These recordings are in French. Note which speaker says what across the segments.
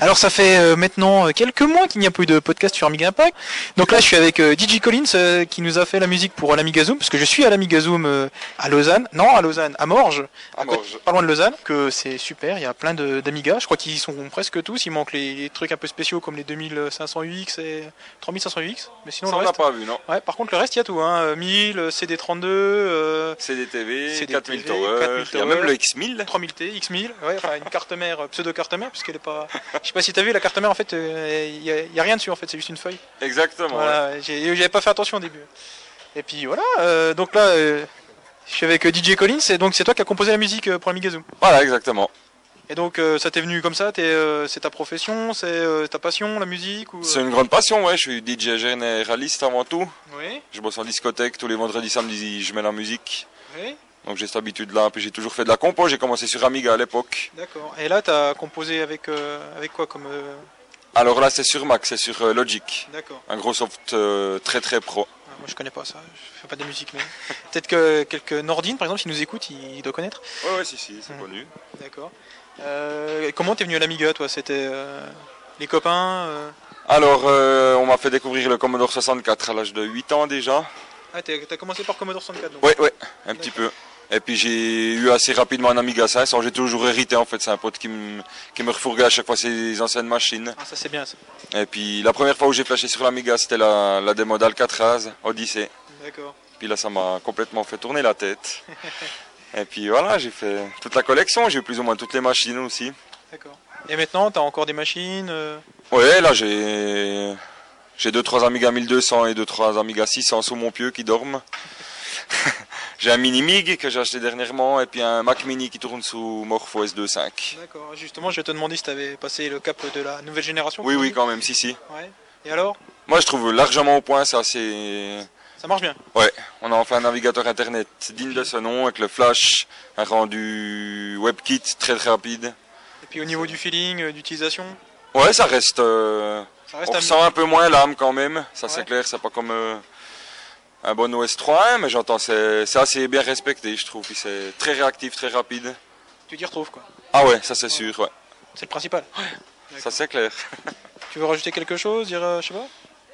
Speaker 1: Alors ça fait euh, maintenant euh, quelques mois qu'il n'y a plus de podcast sur Amiga Impact. Donc là je suis avec euh, DJ Collins euh, qui nous a fait la musique pour l'Amiga Zoom parce que je suis à l'Amiga Zoom euh, à Lausanne. Non, à Lausanne, à Morges, à côté-
Speaker 2: Morges.
Speaker 1: pas loin de Lausanne, que c'est super, il y a plein de- d'Amiga, je crois qu'ils y sont presque tous, il manque les, les trucs un peu spéciaux comme les 2500UX et 3500UX, mais sinon
Speaker 2: Ça, on
Speaker 1: le
Speaker 2: n'a
Speaker 1: reste
Speaker 2: pas vu, non
Speaker 1: Ouais, par contre le reste il y a tout hein, euh, 1000, euh, CD32, euh,
Speaker 2: CDTV,
Speaker 1: CDTV,
Speaker 2: 4000 Tower,
Speaker 1: 4000
Speaker 2: euh, il y a même
Speaker 1: Tower.
Speaker 2: le X1000.
Speaker 1: 3000T, X1000, ouais, enfin une carte mère, euh, pseudo carte mère, puisqu'elle est pas. Je sais pas si t'as vu, la carte mère en fait, il y, a- y a rien dessus en fait, c'est juste une feuille.
Speaker 2: Exactement. ouais.
Speaker 1: Voilà, j'ai- j'avais pas fait attention au début. Et puis voilà, euh, donc là, euh, je suis avec euh, DJ Collins, et donc c'est toi qui as composé la musique euh, pour Amiga Zoom.
Speaker 2: Voilà, exactement.
Speaker 1: Et donc euh, ça t'est venu comme ça, t'es, euh, c'est ta profession, c'est euh, ta passion, la musique ou, euh,
Speaker 2: C'est une grande passion, ouais. Je suis DJ généraliste avant tout.
Speaker 1: euh, Oui,
Speaker 2: Je bosse en discothèque tous les vendredis, samedis, je mets la musique.
Speaker 1: oui,
Speaker 2: Donc j'ai cette habitude-là. Puis j'ai toujours fait de la compo. J'ai commencé sur Amiga à l'époque.
Speaker 1: d'accord. Et là, t'as composé avec, euh, avec quoi comme. euh,
Speaker 2: Alors là, c'est sur Mac, c'est sur euh, Logic.
Speaker 1: D'accord.
Speaker 2: Un gros soft euh, très très pro.
Speaker 1: Ah, Moi je connais pas ça, je fais pas de musique mais. Peut-être que quelques Nordines par exemple, s'ils nous écoutent, il doit connaître.
Speaker 2: Ouais, ouais, si, si, c'est
Speaker 1: Mhm.
Speaker 2: connu.
Speaker 1: D'accord. Euh, comment t'es venu à l'Amiga, toi C'était euh, les copains euh...
Speaker 2: Alors, euh, on m'a fait découvrir le Commodore 64 à l'âge de 8 ans déjà.
Speaker 1: Ah, t'es- t'as commencé par Commodore 64, donc.
Speaker 2: Ouais, ouais, un petit peu. Et puis j'ai eu assez rapidement un Amiga 500. J'ai toujours hérité en fait. C'est un pote qui me, qui me refourguait à chaque fois ses anciennes machines.
Speaker 1: Ah, ça c'est bien, ça.
Speaker 2: Et puis la première fois où j'ai flashé sur l'Amiga, c'était la, la démo d'Alcatraz, Odyssey.
Speaker 1: D'accord.
Speaker 2: Puis là, ça m'a complètement fait tourner la tête. Et puis voilà, j'ai fait toute la collection. J'ai eu plus ou moins toutes les machines aussi.
Speaker 1: D'accord. Et maintenant, t'as encore des machines euh,
Speaker 2: Ouais, là j'ai j'ai deux trois Amiga 1200 et deux trois Amiga 600 sous mon pieu qui dorment. j'ai un mini Mig que j'ai acheté dernièrement et puis un Mac Mini qui tourne sous Morpho S25.
Speaker 1: D'accord. Justement, je vais te demander si t'avais passé le cap de la nouvelle génération.
Speaker 2: Oui
Speaker 1: comme
Speaker 2: oui
Speaker 1: on
Speaker 2: quand même si si.
Speaker 1: dit. Ouais. Et alors
Speaker 2: Moi je trouve largement au point ça c'est
Speaker 1: Ça marche bien.
Speaker 2: on a enfin un navigateur internet digne de ce nom avec le flash, un rendu WebKit très très rapide.
Speaker 1: Et puis au niveau du feeling, euh, d'utilisation,
Speaker 2: Ouais, ça reste euh,
Speaker 1: Oh, ça
Speaker 2: On
Speaker 1: reste Ami-
Speaker 2: ressent un peu moins l'âme quand même, ça c'est
Speaker 1: Ouais.
Speaker 2: clair, c'est pas comme euh, un bon OS 3.1, hein, mais j'entends, c'est c'est assez bien respecté, je trouve. Puis c'est très réactif, très rapide.
Speaker 1: Tu t'y retrouves, quoi.
Speaker 2: Ah ouais, ça c'est
Speaker 1: Ouais.
Speaker 2: sûr, ouais.
Speaker 1: C'est le principal.
Speaker 2: ça c'est clair.
Speaker 1: Tu veux rajouter quelque chose Dire, euh, je sais pas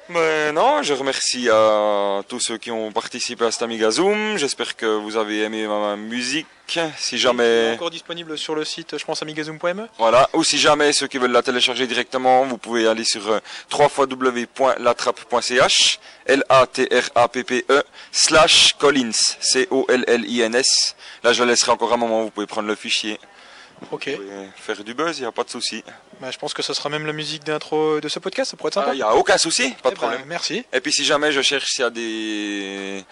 Speaker 2: Mais non, je remercie à tous ceux qui ont participé à cet Amiga Zoom. J'espère que vous avez aimé ma ma musique. Si
Speaker 1: C'est
Speaker 2: jamais,
Speaker 1: Encore disponible sur le site, je pense, amigazoom.me.
Speaker 2: voilà, ou si jamais ceux qui veulent la télécharger directement, vous pouvez aller sur euh, www.latrappe.ch, L-A-T-R-A-P-P-E, E, slash Collins, C-O-L-L-I-N-S. Là, je la laisserai encore un moment, vous pouvez prendre le fichier,
Speaker 1: Ok.
Speaker 2: vous pouvez faire du buzz, il n'y a pas de souci.
Speaker 1: Bah, je pense que ce sera même la musique d'intro de ce podcast, ça pourrait être
Speaker 2: Il
Speaker 1: sympa.
Speaker 2: n'y Ah, a aucun souci,
Speaker 1: Eh
Speaker 2: pas de
Speaker 1: ben,
Speaker 2: problème.
Speaker 1: merci.
Speaker 2: Et puis si jamais je cherche s'il y a des,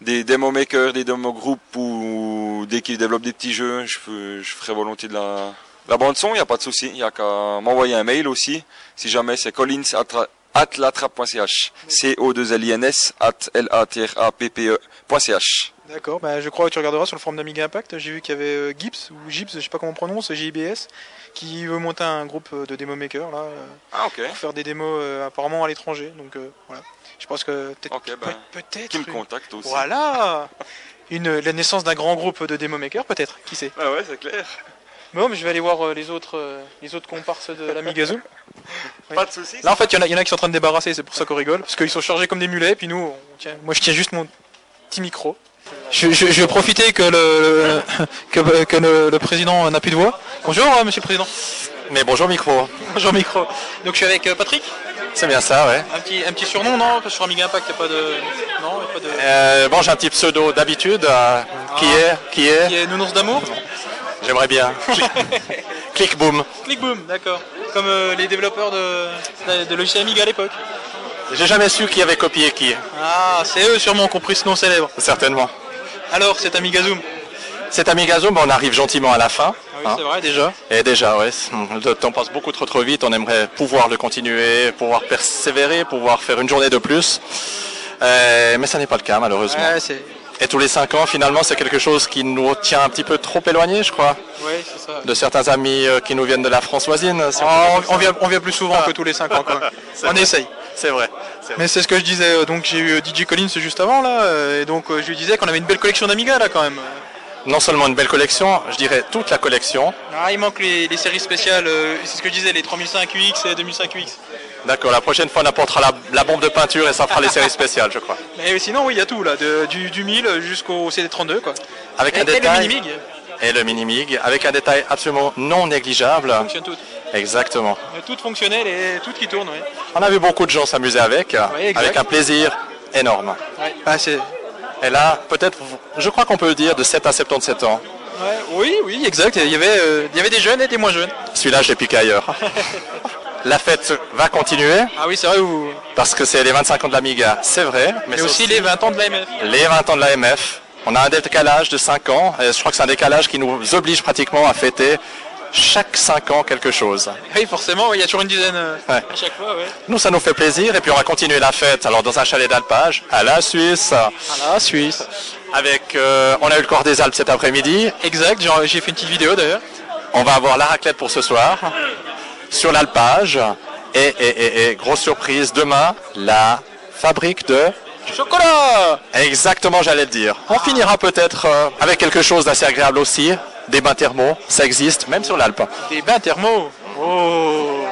Speaker 2: des demo makers, des demo groupes ou dès qu'ils développent des petits jeux, je, peux- je ferai volontiers de la, la bande son, il n'y a pas de souci. Il n'y a qu'à m'envoyer un mail aussi. Si jamais c'est collins atra- at latrappe.ch. C-O-2-L-I-N-S at E L-A-T-R-A-P-P-E.ch.
Speaker 1: D'accord, bah, je crois que tu regarderas sur le forum d'Amiga Impact. J'ai vu qu'il y avait euh, Gibbs, ou Gibbs, je sais pas comment on prononce, JBS, qui veut monter un groupe euh, de démo makers là, euh,
Speaker 2: Ah, ok.
Speaker 1: pour faire des démos euh, apparemment à l'étranger. Donc euh, voilà. Je pense que peut-être.
Speaker 2: Ok, ben,
Speaker 1: peut- peut-être
Speaker 2: Qui me
Speaker 1: une-
Speaker 2: contacte aussi.
Speaker 1: Voilà une, euh, La naissance d'un grand groupe de démo makers, peut-être, qui sait.
Speaker 2: Ah ouais, c'est clair.
Speaker 1: Bon, mais je vais aller voir euh, les autres euh, les autres comparses de l'Amiga Zoom.
Speaker 2: Pas de souci.
Speaker 1: Là, en fait, il y, en a- il y en a qui sont en train de débarrasser, c'est pour ça qu'on rigole, parce qu'ils sont chargés comme des mulets, puis nous, on tient- moi je tiens juste mon petit micro. Je, je, je vais profiter que le, que, que le, le président n'a plus de voix. Bonjour, euh, monsieur le président.
Speaker 3: Mais bonjour micro,
Speaker 1: Bonjour, micro. Donc je suis avec euh, Patrick.
Speaker 3: c'est bien ça, ouais.
Speaker 1: Un petit, un petit surnom, non Parce que sur Amiga Impact, il n'y a pas de. Non, il a pas de.
Speaker 3: Euh, bon, j'ai un petit pseudo d'habitude. euh, qui
Speaker 1: Ah.
Speaker 3: est Qui
Speaker 1: Il
Speaker 3: est
Speaker 1: y a Nounours d'amour
Speaker 3: J'aimerais bien. Click boom.
Speaker 1: Click boom, d'accord. Comme euh, les développeurs de, de, de logiciels Amiga à l'époque.
Speaker 3: J'ai jamais su qui avait copié qui,
Speaker 1: Ah, c'est eux sûrement qui ont pris ce nom célèbre.
Speaker 3: certainement.
Speaker 1: Alors, cet Amiga Zoom
Speaker 3: Cet Amiga Zoom, on arrive gentiment à la fin. hein.
Speaker 1: Ah vrai, déjà.
Speaker 3: Et déjà, ouais, c'est- le temps passe beaucoup trop trop vite. On aimerait pouvoir le continuer, pouvoir persévérer, pouvoir faire une journée de plus. Euh, mais ça n'est pas le cas, malheureusement.
Speaker 1: Ouais, c'est
Speaker 3: Et tous les cinq ans, finalement, c'est quelque chose qui nous tient un petit peu trop éloignés, je crois,
Speaker 1: ouais, c'est ça.
Speaker 3: de certains amis euh, qui nous viennent de la France voisine. si on peut dire
Speaker 1: Ah,
Speaker 3: ça.
Speaker 1: on, on vient, on vient plus souvent que tous les 5 ans, quoi.
Speaker 3: C'est
Speaker 1: on
Speaker 3: vrai.
Speaker 1: essaye.
Speaker 3: C'est vrai. c'est vrai.
Speaker 1: Mais c'est ce que je disais. euh, Donc j'ai eu euh, DJ Collins juste avant là, euh, et donc euh, je lui disais qu'on avait une belle collection d'Amiga là quand même.
Speaker 3: non seulement une belle collection, je dirais toute la collection.
Speaker 1: Ah, il manque les, les séries spéciales, euh, c'est ce que je disais, les 3005 UX et 2005 UX.
Speaker 3: D'accord, la prochaine fois on apportera la, la bombe de peinture et ça fera les séries spéciales, je crois.
Speaker 1: Mais euh, sinon, oui, il y a tout, là, de- du, du 1000 jusqu'au CD32, quoi.
Speaker 3: Avec
Speaker 1: Et-
Speaker 3: un
Speaker 1: et le
Speaker 3: détail.
Speaker 1: mini-mig.
Speaker 3: Et le mini-mig, avec un détail absolument non négligeable.
Speaker 1: Fonctionne toutes.
Speaker 3: Exactement.
Speaker 1: Toutes fonctionnelles et toutes qui tournent, oui.
Speaker 3: On a vu beaucoup de gens s'amuser avec,
Speaker 1: exact.
Speaker 3: avec un plaisir énorme.
Speaker 1: Ah, c'est...
Speaker 3: Et là, peut-être, je crois qu'on peut dire de 7 à 77 ans.
Speaker 1: Ouais, oui, oui, exact. Il y, avait, euh, il y avait des jeunes et des moins jeunes.
Speaker 3: Celui-là, j'ai piqué ailleurs. la fête va continuer
Speaker 1: Ah oui, c'est vrai, vous...
Speaker 3: parce que c'est les 25 ans de l'Amiga, c'est vrai, mais
Speaker 1: Et
Speaker 3: c'est
Speaker 1: aussi les 20 ans de l'AMF.
Speaker 3: les 20 ans de l'AMF. On a un décalage de 5 ans, et je crois que c'est un décalage qui nous oblige pratiquement à fêter chaque 5 ans quelque chose.
Speaker 1: Oui, forcément, oui, il y a toujours une dizaine euh,
Speaker 3: Ouais.
Speaker 1: à chaque fois, ouais.
Speaker 3: Nous, ça nous fait plaisir, et puis on va continuer la fête, alors dans un chalet d'alpage, à la Suisse,
Speaker 1: Voilà, Suisse.
Speaker 3: avec, euh, on a eu le corps des Alpes cet après-midi,
Speaker 1: Exact, genre, j'ai fait une petite vidéo d'ailleurs.
Speaker 3: on va avoir la raclette pour ce soir, sur l'alpage, et, et, et, et grosse surprise, demain, la fabrique de
Speaker 1: Chocolat
Speaker 3: Exactement, j'allais le dire. On finira peut-être euh, avec quelque chose d'assez agréable aussi, des bains thermaux, ça existe, même sur l'Alpe.
Speaker 1: Des bains thermaux. Oh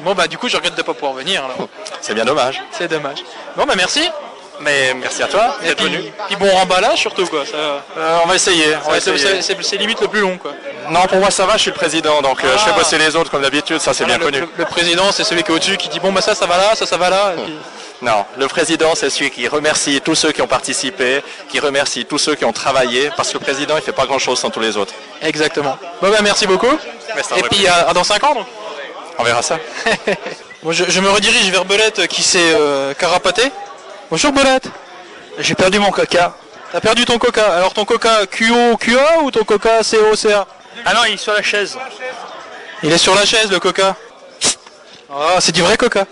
Speaker 1: Bon, bah, du coup, je regrette de pas pouvoir venir, alors.
Speaker 3: C'est bien dommage.
Speaker 1: C'est dommage. Bon, bah, merci.
Speaker 3: Mais merci à toi
Speaker 1: Et
Speaker 3: d'être
Speaker 1: puis,
Speaker 3: venu.
Speaker 1: puis bon remballage, surtout, quoi. Ça,
Speaker 3: Euh, on va essayer. on va
Speaker 1: c'est,
Speaker 3: essayer.
Speaker 1: c'est- c'est- c'est limite le plus long, quoi.
Speaker 3: Non, pour moi ça va, je suis le président, donc euh, je fais
Speaker 1: Ah.
Speaker 3: bosser les autres comme d'habitude, ça c'est bien
Speaker 1: Voilà, le,
Speaker 3: connu.
Speaker 1: le- le président, c'est celui qui est au-dessus, qui dit, bon, bah, ça, ça va là, ça, ça va là. et puis-
Speaker 3: Non, le président c'est celui qui remercie tous ceux qui ont participé, qui remercie tous ceux qui ont travaillé, parce que le président il fait pas grand-chose sans tous les autres.
Speaker 1: Exactement. Bon, bah, merci beaucoup.
Speaker 3: Mais c'est un
Speaker 1: Et
Speaker 3: vrai
Speaker 1: puis, à- à dans 5 ans, donc.
Speaker 3: On verra ça.
Speaker 1: Bon, je, je me redirige vers Belette qui s'est euh, carapatée. Bonjour Belette J'ai perdu mon coca. T'as perdu ton coca. Alors ton coca QO-QA ou ton coca COCA
Speaker 4: Ah non, il est sur la chaise.
Speaker 1: Il est sur la chaise le coca. Ah, c'est du vrai coca.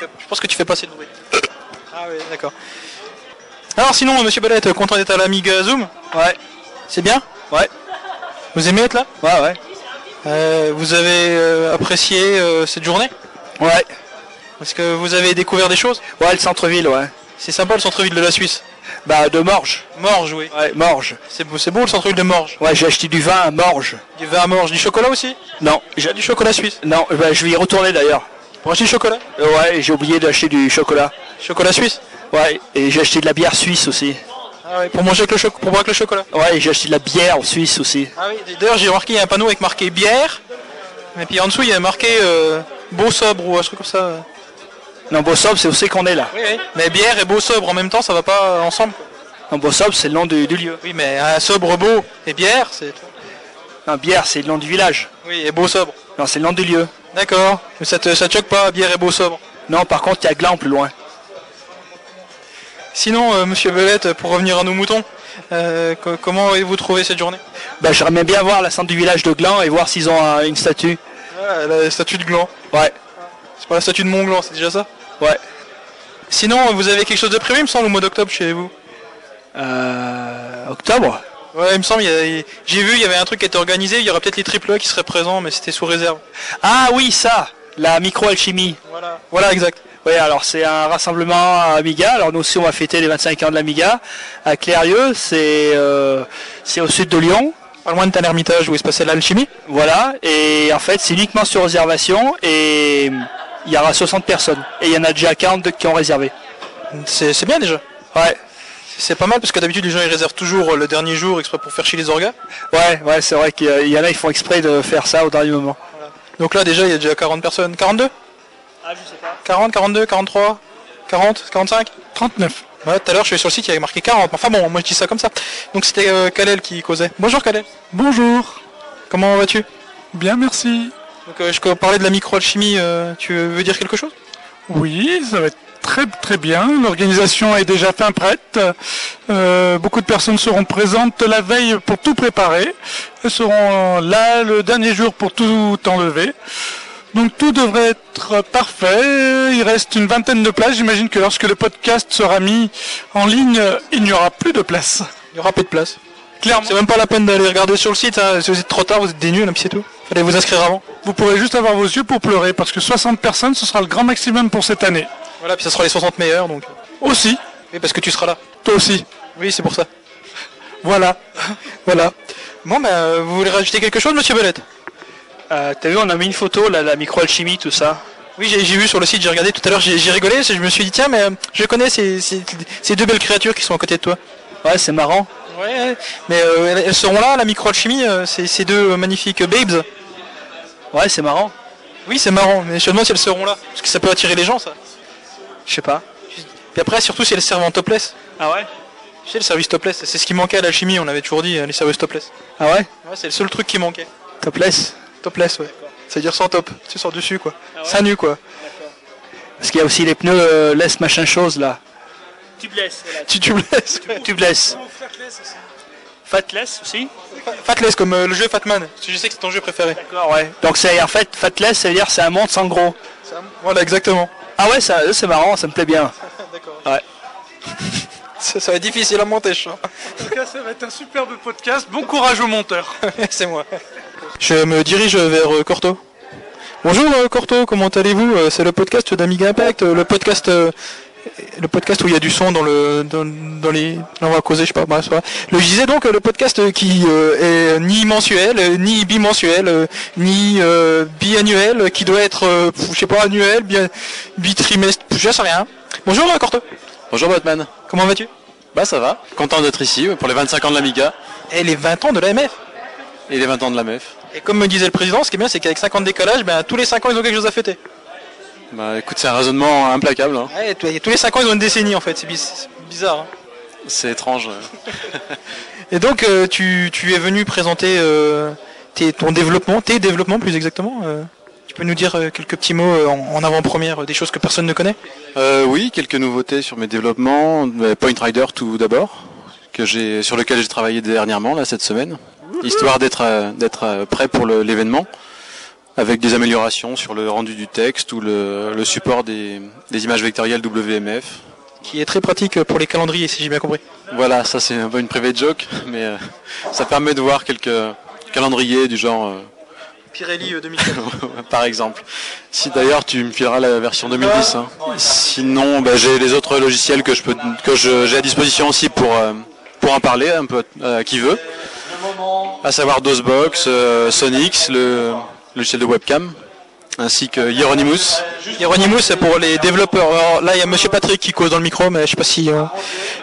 Speaker 1: Je pense que tu fais passer le bruit. Ah oui, d'accord. Alors sinon, euh, monsieur Belette, content d'être à l'Amiga Zoom Ouais. C'est bien Ouais. Vous aimez être là
Speaker 4: Ouais, ouais.
Speaker 1: Euh, Vous avez euh, apprécié euh, cette journée
Speaker 4: Ouais,
Speaker 1: Est-ce que vous avez découvert des choses
Speaker 4: ouais, le centre-ville, ouais.
Speaker 1: C'est sympa le centre-ville de la Suisse.
Speaker 4: Bah, de Morges.
Speaker 1: Morges, oui.
Speaker 4: Ouais, Morges.
Speaker 1: C'est beau, c'est beau le centre-ville de Morges.
Speaker 4: Ouais, j'ai acheté du vin à Morges.
Speaker 1: Du vin à Morges, du chocolat aussi
Speaker 4: Non,
Speaker 1: Il y a
Speaker 4: j'ai-
Speaker 1: du chocolat suisse.
Speaker 4: non, bah, je vais y retourner d'ailleurs.
Speaker 1: Pour acheter du chocolat
Speaker 4: Euh, Ouais, j'ai oublié d'acheter du chocolat.
Speaker 1: Chocolat suisse
Speaker 4: Ouais, et j'ai acheté de la bière suisse aussi.
Speaker 1: Ah oui, pour manger avec le choc- pour boire avec le chocolat.
Speaker 4: Ouais, et j'ai acheté de la bière en Suisse aussi.
Speaker 1: Ah oui, d'ailleurs j'ai remarqué il y a un panneau avec marqué bière. Et puis en dessous il y a marqué euh, beau sobre ou un truc comme ça.
Speaker 4: Non, Bossob, c'est où c'est qu'on est là.
Speaker 1: Oui, oui. Mais bière et beau sobre en même temps ça va pas ensemble.
Speaker 4: Non, Bossob, c'est le nom du, du lieu.
Speaker 1: Oui mais un sobre beau et bière c'est.
Speaker 4: Non, bière, c'est le nom du village.
Speaker 1: Oui et beau sobre.
Speaker 4: Non, c'est le nom du lieu.
Speaker 1: D'accord. Mais ça te ça te choque pas bière et beau sobre.
Speaker 4: Non, par contre, il y a Glan plus loin.
Speaker 1: Sinon euh, Monsieur Belette pour revenir à nos moutons, euh, co- comment avez-vous trouvé cette journée
Speaker 4: Bah, j'aimerais bien voir la centre du village de Glan et voir s'ils ont euh, une statue.
Speaker 1: Ah, La statue de gland.
Speaker 4: Ouais,
Speaker 1: C'est pas la statue de Mont Gland, c'est déjà ça
Speaker 4: ouais.
Speaker 1: Sinon, vous avez quelque chose de prévu, il me semble, au mois d'octobre chez vous
Speaker 4: Euh, octobre
Speaker 1: Ouais, il me semble, il y a- il- j'ai vu, il y avait un truc qui était organisé, il y aurait peut-être les triple A qui seraient présents, mais c'était sous réserve.
Speaker 4: Ah oui, ça, la microalchimie.
Speaker 1: Voilà. Voilà, exact.
Speaker 4: Oui, alors c'est un rassemblement à Amiga. Alors nous aussi, on va fêter les 25 ans de l'Amiga à Clérieux. C'est euh, c'est au sud de Lyon.
Speaker 1: Pas loin de Tan Hermitage où il se passait l'alchimie.
Speaker 4: Voilà. Et en fait, c'est uniquement sur réservation et il y aura 60 personnes. Et il y en a déjà 42 qui ont réservé.
Speaker 1: C'est c'est bien déjà.
Speaker 4: Ouais,
Speaker 1: C'est pas mal parce que d'habitude les gens ils réservent toujours euh, le dernier jour exprès pour faire chier les orgas.
Speaker 4: ouais, ouais. C'est vrai qu'il y a- il y en a, ils font exprès de faire ça au dernier moment.
Speaker 1: Donc là déjà il y a déjà 40 personnes. 42
Speaker 4: Ah, je sais pas.
Speaker 1: 40, 42, 43, 40, 45 39. Ouais, tout à l'heure je suis sur le site, il y avait marqué 40. Enfin bon, moi je dis ça comme ça. Donc c'était euh, Kalel qui causait. Bonjour Kalel.
Speaker 5: Bonjour,
Speaker 1: Comment vas-tu
Speaker 5: bien merci.
Speaker 1: Donc euh, je parlais de la microalchimie, euh, tu veux dire quelque chose
Speaker 5: Oui, ça va être très très bien. L'organisation est déjà fin prête. Euh, beaucoup de personnes seront présentes la veille pour tout préparer. Elles seront là le dernier jour pour tout enlever. Donc tout devrait être parfait. Il reste une vingtaine de places. J'imagine que lorsque le podcast sera mis en ligne, il n'y aura plus de place.
Speaker 1: Il y aura peu de place.
Speaker 5: Clairement.
Speaker 1: C'est même pas la peine d'aller regarder sur le site, hein. si vous êtes trop tard, vous êtes des nuls, hein, puis c'est tout. Fallait vous inscrire avant.
Speaker 5: Vous pourrez juste avoir vos yeux pour pleurer parce que 60 personnes, ce sera le grand maximum pour cette année.
Speaker 1: Voilà, puis ça sera les 60 meilleurs, donc.
Speaker 5: Aussi,
Speaker 1: Oui, parce que tu seras là.
Speaker 5: toi aussi.
Speaker 1: Oui, c'est pour ça.
Speaker 5: Voilà.
Speaker 1: voilà. Bon, ben, euh, vous voulez rajouter quelque chose, monsieur Belette
Speaker 6: Euh, T'as vu, on a mis une photo, là, la microalchimie, tout ça.
Speaker 1: Oui, j'ai j'ai vu sur le site, j'ai regardé tout à l'heure, j'ai j'ai rigolé, parce que je me suis dit, tiens, mais euh, je connais ces, ces- ces deux belles créatures qui sont à côté de toi.
Speaker 6: Ouais, c'est marrant.
Speaker 1: Ouais, mais euh, elles- elles seront là, la microalchimie, euh, ces, ces deux magnifiques babes.
Speaker 6: Ouais, c'est marrant.
Speaker 1: Oui, c'est marrant, mais je me demande si elles seront là, parce que ça peut attirer les gens, ça.
Speaker 6: Je sais pas.
Speaker 1: Puis après, surtout si elles servent en topless.
Speaker 6: Ah ouais
Speaker 1: Tu sais, le service topless, c'est ce qui manquait à l'alchimie, on avait toujours dit, euh, les services topless.
Speaker 6: Ah ouais
Speaker 1: Ouais, c'est le seul truc qui manquait.
Speaker 6: Topless
Speaker 1: Topless, ouais. C'est-à-dire sans top, tu sors dessus, quoi.
Speaker 6: Ah
Speaker 1: Seins nu, quoi.
Speaker 6: Parce qu'il y a aussi les pneus euh, laisse machin chose, là.
Speaker 1: Tu tu blesses.
Speaker 6: Tubeless. Fatless aussi
Speaker 1: Fatless, comme euh, le jeu Fatman, parce que je sais que c'est ton jeu préféré.
Speaker 6: D'accord, ouais. Donc c'est en fait, fatless, ça veut dire c'est un monde sans gros.
Speaker 1: Voilà, exactement.
Speaker 6: Ah ouais, ça, c'est marrant, ça me plaît bien.
Speaker 1: Ça, ça va être difficile à monter, je sens.
Speaker 7: En tout cas, ça va être un superbe podcast. Bon courage aux monteurs.
Speaker 1: C'est moi. Je me dirige vers euh, Corto. Bonjour euh, Corto, comment allez-vous Euh, C'est le podcast d'Amiga Impact, euh, le podcast euh, le podcast où il y a du son dans le dans, dans les non, on va causer, je sais pas, bref, c'est pas grave. Le je disais donc euh, le podcast qui euh, est ni mensuel, euh, ni bimensuel, euh, ni euh, biannuel, euh, qui doit être euh, pff, je sais pas annuel, bien bitrimestre, je sais rien. Bonjour euh, Corto.
Speaker 8: Bonjour Batman.
Speaker 1: Comment vas-tu
Speaker 8: Bah ça va, content d'être ici pour les 25 ans de l'Amiga
Speaker 1: Eh les 20 ans de l'AMF.
Speaker 8: et les 20 ans de la MEF.
Speaker 1: Et comme me disait le président, ce qui est bien c'est qu'avec 50 décollages, ben tous les 5 ans ils ont quelque chose à fêter.
Speaker 8: Bah écoute, c'est un raisonnement implacable, hein.
Speaker 1: Ouais, et tous et tous les 5 ans, ils ont une décennie en fait, c'est bi- c'est bizarre. hein.
Speaker 8: c'est étrange.
Speaker 1: Et donc, euh, tu, tu es venu présenter euh, tes, ton développement, tes développements plus exactement. euh. tu peux nous dire euh, quelques petits mots euh, en, en avant-première, euh, des choses que personne ne connaît
Speaker 8: Euh, oui, quelques nouveautés sur mes développements. Euh, Point Rider tout d'abord, que j'ai, sur lequel j'ai travaillé dernièrement là cette semaine, histoire d'être euh, d'être euh, prêt pour le- l'événement, avec des améliorations sur le rendu du texte ou le, le support des, des images vectorielles WMF.
Speaker 1: qui est très pratique euh, pour les calendriers, si j'ai bien compris.
Speaker 8: Voilà, ça c'est un peu une private joke, mais euh, ça permet de voir quelques calendriers du genre. euh,
Speaker 1: Pirelli euh, 2004.
Speaker 8: par exemple. Si d'ailleurs tu me fileras la version
Speaker 1: Ah.
Speaker 8: 2010. hein. Sinon, bah, j'ai les autres logiciels que je peux, que je- j'ai à disposition aussi pour euh, pour en parler un peu euh, à qui veut. À savoir DOSBox, euh, Sonix, le logiciel de webcam, ainsi que Hieronymus.
Speaker 1: Hieronymus, c'est pour les développeurs. Alors là, il y a Monsieur Patrick qui cause dans le micro, mais je sais pas si. euh,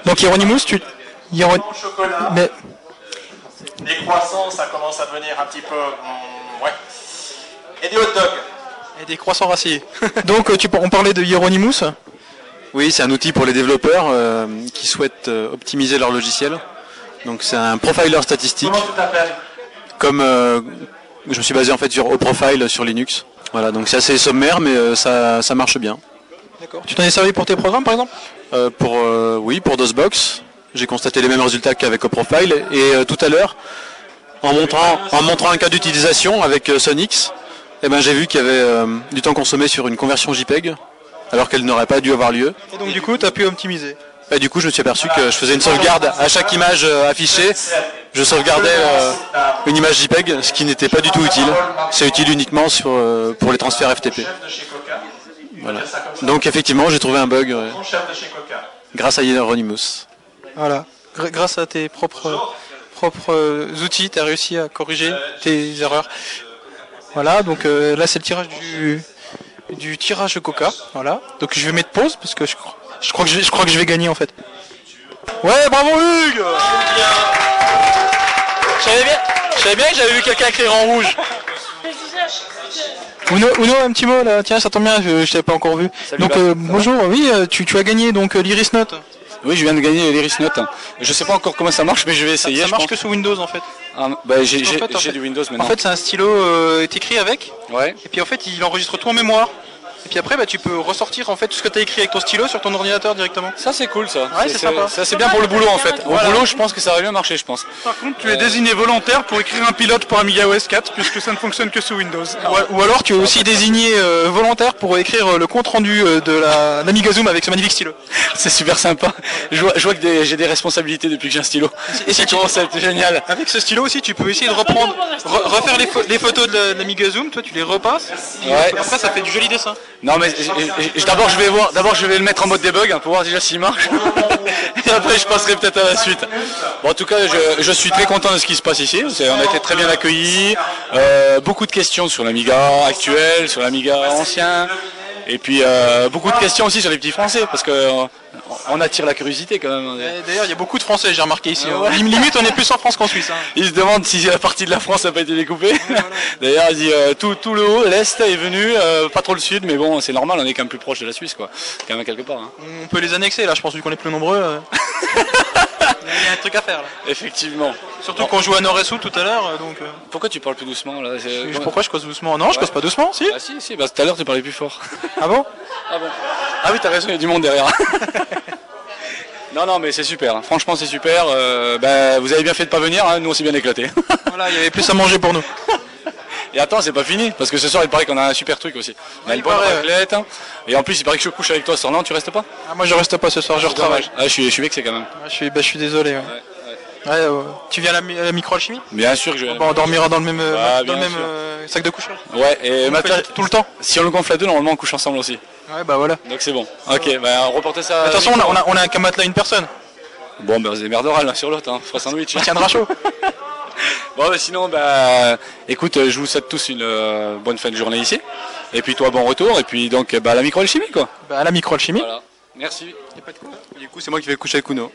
Speaker 1: Donc Hieronymus, tu. Hieron- Mais
Speaker 9: Les croissants, ça commence à devenir un petit peu. hmm, ouais. Et des hot dogs.
Speaker 1: Et des croissants rassis. donc, euh, tu, on parlait de Hieronymus.
Speaker 8: Oui, c'est un outil pour les développeurs euh, qui souhaitent euh, optimiser leur logiciel. Donc c'est un profiler statistique.
Speaker 9: Comment tu t'appelles
Speaker 8: comme euh, je me suis basé en fait sur OProfile sur Linux. Voilà, donc c'est assez sommaire, mais euh, ça, ça marche bien.
Speaker 1: D'accord. Tu t'en es servi pour tes programmes, par exemple
Speaker 8: Euh, pour euh, oui, pour DOSBox, j'ai constaté les mêmes résultats qu'avec OProfile. Et euh, tout à l'heure, en montrant, en montrant un cas d'utilisation avec euh, Sonix, eh ben j'ai vu qu'il y avait euh, du temps consommé sur une conversion JPEG, alors qu'elle n'aurait pas dû avoir lieu.
Speaker 1: Et donc du coup, t'as pu optimiser.
Speaker 8: Et du coup, je me suis aperçu que je faisais une sauvegarde à chaque image euh, affichée. Je sauvegardais euh, une image JPEG, ce qui n'était pas du tout utile. C'est utile uniquement sur, euh, pour les transferts FTP.
Speaker 9: Chef de chez Coca.
Speaker 8: Voilà. Donc effectivement, j'ai trouvé un bug euh,
Speaker 9: Mon chef de chez Coca.
Speaker 8: grâce à Hieronymus.
Speaker 1: Voilà. Gr- grâce à tes propres propres euh, outils, t'as réussi à corriger tes erreurs. Voilà. Donc euh, là, c'est le tirage du du tirage de Coca. Voilà. Donc je vais mettre pause parce que je crois je crois que je, je crois que je vais gagner en fait. Ouais, bravo Hugues. Je savais bien, je savais bien que j'avais vu quelqu'un écrire en rouge. Uno, Uno, un petit mot là, tiens ça tombe bien, je, je t'avais pas encore vu. donc euh, bonjour, oui, euh, tu, tu as gagné donc euh, l'Iris Note.
Speaker 3: Oui, je viens de gagner l'Iris Note. hein. Je sais pas encore comment ça marche, mais je vais
Speaker 1: Ça,
Speaker 3: essayer.
Speaker 1: ça
Speaker 3: je
Speaker 1: marche
Speaker 3: pense.
Speaker 1: que sous Windows en fait.
Speaker 3: Ah, bah, j'ai
Speaker 1: En
Speaker 3: j'ai-
Speaker 1: fait, en
Speaker 3: j'ai
Speaker 1: fait-
Speaker 3: du Windows maintenant.
Speaker 1: En fait, c'est un stylo euh, est écrit avec,
Speaker 3: ouais.
Speaker 1: et puis en fait, il enregistre tout en mémoire. Et puis après, bah, tu peux ressortir en fait tout ce que tu as écrit avec ton stylo sur ton ordinateur directement.
Speaker 3: Ça c'est cool ça.
Speaker 1: Ouais, c'est sympa.
Speaker 3: Ça c'est bien pour le boulot en fait. Au
Speaker 7: Voilà.
Speaker 3: boulot, je pense que ça va bien marcher, je pense.
Speaker 7: Par contre, tu es désigné volontaire pour écrire un pilote pour Amiga OS 4 puisque ça ne fonctionne que sous Windows.
Speaker 1: Ou, a- ou alors, tu es aussi désigné euh, volontaire pour écrire euh, le compte rendu euh, de la l'Amiga Zoom avec ce magnifique stylo.
Speaker 3: C'est super sympa. Je vois, je vois que des- j'ai des responsabilités depuis que j'ai un stylo. Et c'est concept, génial.
Speaker 1: Avec ce stylo aussi, tu peux essayer de reprendre, re- refaire les, pho- les photos de la- de l'Amiga Zoom. Toi, tu les repasses. puis
Speaker 3: Ouais.
Speaker 1: Après, ça fait du joli dessin.
Speaker 3: Non mais je- je- je- d'abord je vais voir, d'abord je vais le mettre en mode debug hein, pour voir déjà s'il marche.
Speaker 10: et après je passerai peut-être à la suite. Bon, en tout cas, je, je suis très content de ce qui se passe ici. C'est- On a été très bien accueillis. Euh, beaucoup de questions sur l'Amiga actuel, sur l'Amiga ancien. Et puis euh, beaucoup de questions aussi sur les petits Français, parce que euh, on, on attire la curiosité quand même.
Speaker 1: Et D'ailleurs, il y a beaucoup de Français, j'ai remarqué ici. hein. Lim- Limite, on est plus en France qu'en Suisse. hein.
Speaker 10: Ils se demandent si la partie de la France n'a pas été découpée. D'ailleurs, ils disent, euh, tout, tout le haut, l'Est est venu, euh, pas trop le Sud, mais bon, c'est normal, on est quand même plus proche de la Suisse, quoi. Quand même quelque part. hein.
Speaker 1: On peut les annexer, là, je pense, vu qu'on est plus nombreux. euh. Il y a un truc à faire, là.
Speaker 10: Effectivement.
Speaker 1: Surtout qu'on joue à nord et sud tout à l'heure, euh, donc. euh,
Speaker 10: Pourquoi tu parles plus doucement là C'est-
Speaker 1: je- Pourquoi je cause doucement Non, je cause pas doucement, si
Speaker 10: Ah si, si, bah, tout à l'heure tu parlais plus fort.
Speaker 1: Ah bon
Speaker 10: Ah oui, t'as raison, il y a du monde derrière. non, non, mais c'est super. hein. Franchement, c'est super. Euh, bah, vous avez bien fait de pas venir, hein. nous on s'est bien éclaté.
Speaker 1: Voilà, il y avait plus à manger pour nous.
Speaker 10: Et attends, c'est pas fini, parce que ce soir il paraît qu'on a un super truc aussi. On a une bonne
Speaker 1: paraît, ouais.
Speaker 10: raclette, hein. Et en plus, il paraît que je couche avec toi ce soir-là, tu restes pas
Speaker 1: Ah, moi, je reste pas ce soir, je retravaille.
Speaker 10: Ah, je suis, je suis vexé quand même.
Speaker 1: Ah, Je suis, bah, je suis désolé. ouais. Ouais, euh, tu viens à la, mi- à la microalchimie
Speaker 10: Bien sûr que je.
Speaker 1: Bon, On dormira dans le même, euh,
Speaker 10: Bah,
Speaker 1: dans le
Speaker 10: bien
Speaker 1: même
Speaker 10: sûr.
Speaker 1: euh, sac de couchage.
Speaker 10: Ouais, et
Speaker 1: On
Speaker 10: matin,
Speaker 1: fait Tout le temps
Speaker 10: si on le gonfle à deux, normalement on couche ensemble aussi.
Speaker 1: Ouais, bah voilà.
Speaker 10: Donc c'est bon. Ok, bah reportez ça. à
Speaker 1: Attention, on a,
Speaker 10: Nico.
Speaker 1: on a, on a un camat là, une personne.
Speaker 10: Bon, bah, vous avez merdorale l'un sur l'autre, hein. Fera sandwich.
Speaker 1: On tiendra chaud.
Speaker 10: Bon, bah, sinon, bah, écoute, euh, je vous souhaite tous une euh, bonne fin de journée ici. Et puis toi, bon retour. Et puis donc, euh, bah, la microalchimie, quoi.
Speaker 1: Bah, à la microalchimie.
Speaker 10: Voilà. Merci.
Speaker 3: Du coup, c'est moi qui vais coucher avec Kuno.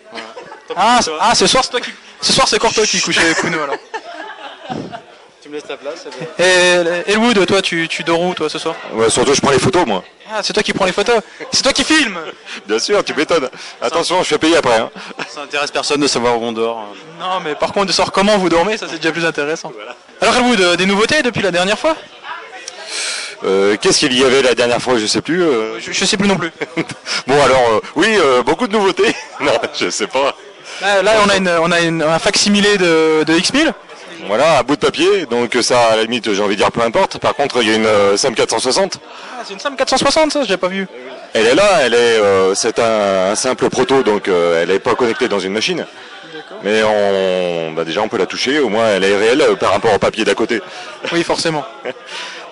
Speaker 1: Ah, c- ah, ce soir, c'est toi qui. Ce soir, c'est Corto qui couche avec Kuno alors.
Speaker 4: Tu me laisses ta place.
Speaker 1: Et Elwood, toi, tu, tu dors où, toi, ce soir
Speaker 11: Ouais, surtout, je prends les photos, moi.
Speaker 1: Ah, c'est toi qui prends les photos C'est toi qui filme
Speaker 11: Bien sûr, tu m'étonnes. Attention, je fais payer après. hein.
Speaker 3: Ça intéresse personne de savoir où on dort.
Speaker 1: Non, mais par contre, de savoir comment vous dormez, ça, c'est déjà plus intéressant. Alors, Elwood, euh, des nouveautés depuis la dernière fois
Speaker 11: Euh, Qu'est-ce qu'il y avait la dernière fois Je sais plus. euh.
Speaker 1: je, je sais plus non plus.
Speaker 11: Bon, alors, euh, oui, euh, beaucoup de nouveautés. non, je sais pas.
Speaker 1: Là, là, on a, une, on a une- un facsimilé de, de X1000.
Speaker 11: Voilà, un bout de papier. Donc, ça, à la limite, j'ai envie de dire peu importe. Par contre, il y a une euh, SAM 460.
Speaker 1: Ah, c'est une SAM 460, ça, j'ai pas vu.
Speaker 11: Elle est là, elle est, euh, c'est un, un simple proto, donc euh, elle n'est pas connectée dans une machine. Mais on, bah déjà on peut la toucher, au moins elle est réelle euh, par rapport au papier d'à côté.
Speaker 1: Oui, forcément.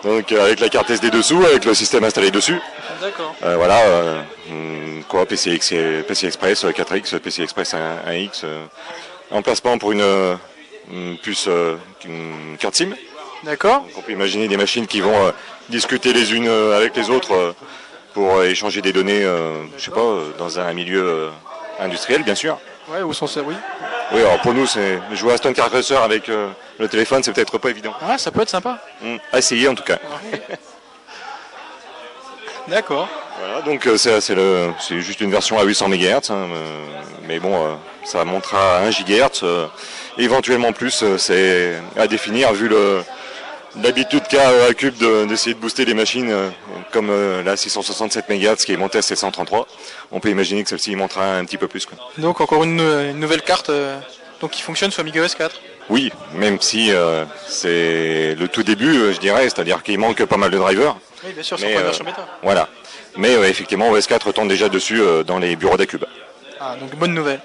Speaker 11: Donc euh, avec la carte SD dessous, avec le système installé dessus,
Speaker 1: D'accord.
Speaker 11: euh, voilà, euh, hum, quoi, PCX, PC Express euh, 4X, PC Express 1, 1X, euh, emplacement pour une, euh, une puce, euh, une carte SIM.
Speaker 1: D'accord.
Speaker 11: Donc on peut imaginer des machines qui vont euh, discuter les unes euh, avec les autres euh, pour euh, échanger des données, euh, je sais pas, euh, dans un milieu euh, industriel, bien sûr.
Speaker 1: Ouais, où sont ces oui.
Speaker 11: Oui, alors pour nous, c'est jouer à Stone Car Racer avec euh, le téléphone, c'est peut-être pas évident.
Speaker 1: Ah, ça peut être sympa.
Speaker 11: Hmm, À essayer en tout cas.
Speaker 1: D'accord.
Speaker 11: Voilà, donc euh, c'est c'est le, c'est juste une version à 800 MHz, mais bon, hein, euh, ça montera à 1 GHz, euh, éventuellement plus, euh, c'est à définir vu le l'habitude qu'a euh, à Cube de- d'essayer de, booster les machines euh, comme euh, la 667 MHz qui est montée à 733. On peut imaginer que celle-ci montera un petit peu plus. quoi.
Speaker 1: Donc, encore une, nou- une nouvelle carte euh, donc, qui fonctionne sur Amiga OS 4.
Speaker 11: Oui, même si euh, c'est le tout début, euh, je dirais, c'est-à-dire qu'il manque pas mal de drivers.
Speaker 1: Oui, bien sûr, sur
Speaker 11: Mais,
Speaker 1: première
Speaker 11: euh,
Speaker 1: version bêta.
Speaker 11: Voilà. Mais euh, effectivement, OS4 tombe déjà dessus euh, dans les bureaux d'Acube.
Speaker 1: Ah, donc bonne nouvelle.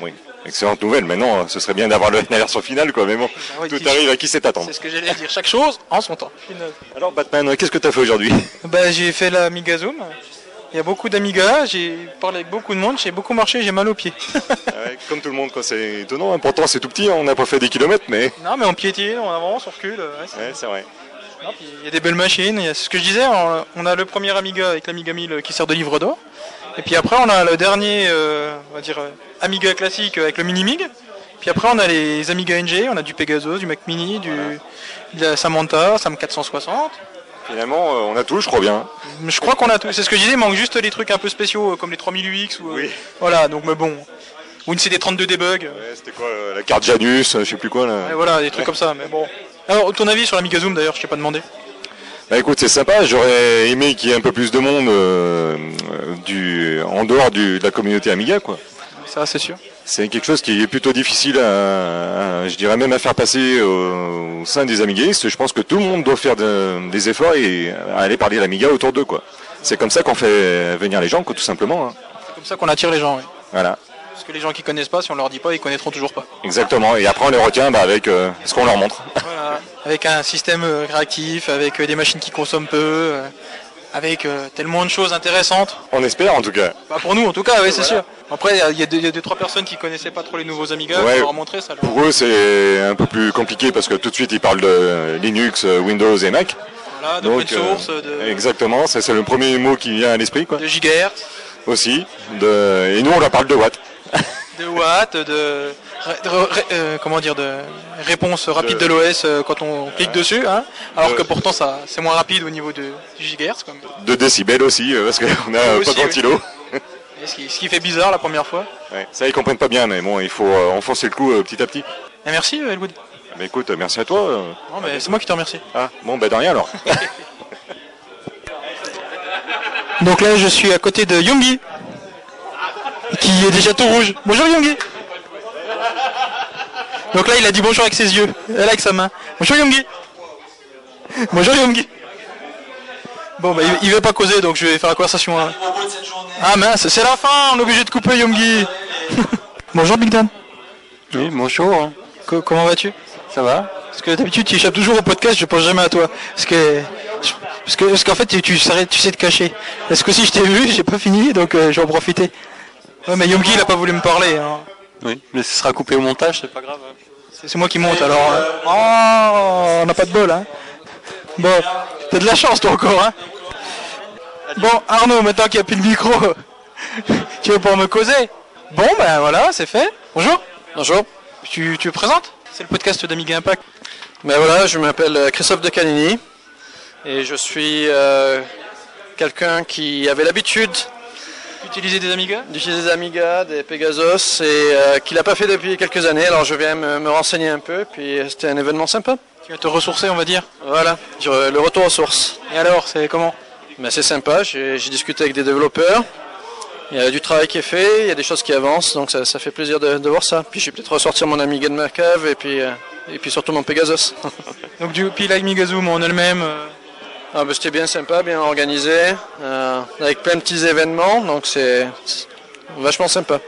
Speaker 11: Oui. Excellente nouvelle. Maintenant, euh, ce serait bien d'avoir le- la version finale, quoi. Mais bon,
Speaker 1: Ah oui,
Speaker 11: tout
Speaker 1: qui-
Speaker 11: arrive à qui sait attendre.
Speaker 1: C'est ce que j'allais dire. Chaque chose en son temps.
Speaker 11: Alors, Batman, euh, qu'est-ce que t'as fait aujourd'hui
Speaker 1: Bah, j'ai fait la Amiga Zoom. Il y a beaucoup d'Amiga, j'ai parlé avec beaucoup de monde, j'ai beaucoup marché, j'ai mal aux pieds.
Speaker 11: Ah Comme tout le monde, quoi. C'est étonnant. hein. Pourtant, c'est tout petit. hein. On n'a pas fait des kilomètres, mais.
Speaker 1: non, mais on piétine, on avance, on recule. euh, ouais, c'est-
Speaker 11: Ouais, c'est vrai.
Speaker 1: non, puis Il y a des belles machines. il y a- C'est ce que je disais, on, on a le premier Amiga avec l'Amiga 1000 qui sert de livre d'or. Et puis après, on a le dernier, euh, on va dire, euh, Amiga classique avec le Minimig. Puis après, on a les Amiga NG, on a du Pegasus, du Mac Mini, du, de la Samantha, Sam 460.
Speaker 11: Finalement, euh, on a tout, je crois bien.
Speaker 1: Je crois qu'on a tout. C'est ce que je disais, il manque juste les trucs un peu spéciaux euh, comme les 3000UX ou. euh, Voilà, donc mais bon. Ou une CD32 debug. euh,
Speaker 11: Ouais, c'était quoi euh, La carte Janus, euh, je sais plus quoi là.
Speaker 1: Ah ouais, voilà, des trucs comme ça, mais bon. Alors, ton avis sur la Migazoom d'ailleurs, je t'ai pas demandé.
Speaker 11: Bah écoute, c'est sympa. J'aurais aimé qu'il y ait un peu plus de monde euh, euh, du en dehors du, de la communauté Amiga, quoi.
Speaker 1: Ça, c'est sûr.
Speaker 11: C'est quelque chose qui est plutôt difficile à, à- je dirais même à faire passer au, au sein des amiguistes. Je pense que tout le monde doit faire de- des efforts et aller parler à l'amiga autour d'eux, quoi. C'est comme ça qu'on fait venir les gens, quoi, tout simplement. hein.
Speaker 1: C'est comme ça qu'on attire les gens, oui.
Speaker 11: Voilà,
Speaker 1: Parce que les gens qui connaissent pas, si on leur dit pas, ils connaîtront toujours pas.
Speaker 11: exactement. Et après, on les retient bah, avec euh, ce qu'on leur montre.
Speaker 1: Voilà. Avec un système euh, réactif, avec euh, des machines qui consomment peu, euh, avec euh, tellement de choses intéressantes.
Speaker 11: On espère en tout cas.
Speaker 1: Bah, pour nous en tout cas, oui, c'est sûr. Après, il y a deux, il y a deux, trois personnes qui connaissaient pas trop les nouveaux Amiga,
Speaker 11: Ouais.
Speaker 1: on leur montrer ça. leur-
Speaker 11: Pour eux, c'est un peu plus compliqué parce que tout de suite, ils parlent de euh, Linux, euh, Windows et Mac.
Speaker 1: Voilà, de
Speaker 11: Donc,
Speaker 1: open source,
Speaker 11: euh,
Speaker 1: de,
Speaker 11: Exactement, ça c'est le premier mot qui vient à l'esprit, quoi.
Speaker 1: de gigahertz,
Speaker 11: Aussi. De... Et nous, on leur parle de watts.
Speaker 1: de watts, de, ré- de ré- euh, comment dire, de réponse rapide de, l'OS euh, quand on clique dessus, hein, alors
Speaker 11: De-
Speaker 1: que pourtant ça, c'est moins rapide au niveau de, du gigahertz. Quand même.
Speaker 11: De décibels aussi, euh, parce qu'on a
Speaker 1: Oui,
Speaker 11: euh, pas
Speaker 1: aussi,
Speaker 11: de
Speaker 1: oui.
Speaker 11: ventilo.
Speaker 1: Et ce, qui, ce qui fait bizarre la première fois.
Speaker 11: Ouais, Ça, ils comprennent pas bien, mais bon, il faut euh, enfoncer le coup euh, petit à petit.
Speaker 1: Et merci euh, Elwood.
Speaker 11: Mais écoute, euh, merci à toi. euh.
Speaker 1: Non, mais c'est moi qui te remercie.
Speaker 11: Ah, bon, bah de rien alors.
Speaker 1: Donc là, je suis à côté de Yongi, qui est déjà tout rouge. Bonjour Yongi. Donc là, il a dit bonjour avec ses yeux, elle avec sa main. Bonjour Yongi. Bonjour Yongi. Bon, bah, il, il veut pas causer, donc je vais faire la conversation. hein. Ah mince, c'est la fin, on est obligé de couper Yongi. bonjour Big Dan.
Speaker 3: Oui, bonjour.
Speaker 1: Co- comment vas-tu
Speaker 3: Ça va
Speaker 1: Parce que d'habitude, tu échappes toujours au podcast, je pense jamais à toi. Parce que, parce que, parce qu'en fait, tu, tu, sais, tu sais te cacher. Parce que si je t'ai vu, j'ai pas fini, donc euh, je vais en profiter. Ouais, mais Yomgi, il a pas voulu me parler. hein.
Speaker 3: Oui, mais ce sera coupé au montage, c'est pas grave.
Speaker 1: C'est c'est moi qui monte, alors. euh. Oh, on n'a pas de bol, hein. Bon, t'as de la chance, toi, encore, hein. Bon, Arnaud, maintenant qu'il n'y a plus de micro, tu vas pouvoir me causer. Bon, ben voilà, c'est fait. Bonjour.
Speaker 3: Bonjour.
Speaker 1: Tu, tu te présentes C'est le podcast d'Amiga Impact.
Speaker 3: Ben voilà, je m'appelle euh, Christophe De Canini et je suis euh, quelqu'un qui avait l'habitude
Speaker 1: Utiliser des Amiga
Speaker 3: d'utiliser des Amiga, des Pegasus et euh, qui l'a pas fait depuis quelques années. Alors je viens me, me renseigner un peu, puis euh, c'était un événement sympa.
Speaker 1: Tu vas te ressourcer, on va dire.
Speaker 3: Voilà, je- le retour aux sources.
Speaker 1: Et alors, c'est comment
Speaker 3: Ben, c'est sympa, j'ai j'ai discuté avec des développeurs. Il y a du travail qui est fait, il y a des choses qui avancent, donc ça, ça fait plaisir de, de voir ça. Puis je vais peut-être ressortir mon Amiga de ma cave et puis, euh, et puis surtout mon Pegasus.
Speaker 1: Donc du puis like Migazoom en elle-même. euh,
Speaker 3: Ah bah, c'était bien sympa, bien organisé, euh, avec plein de petits événements, donc c'est c'est vachement sympa.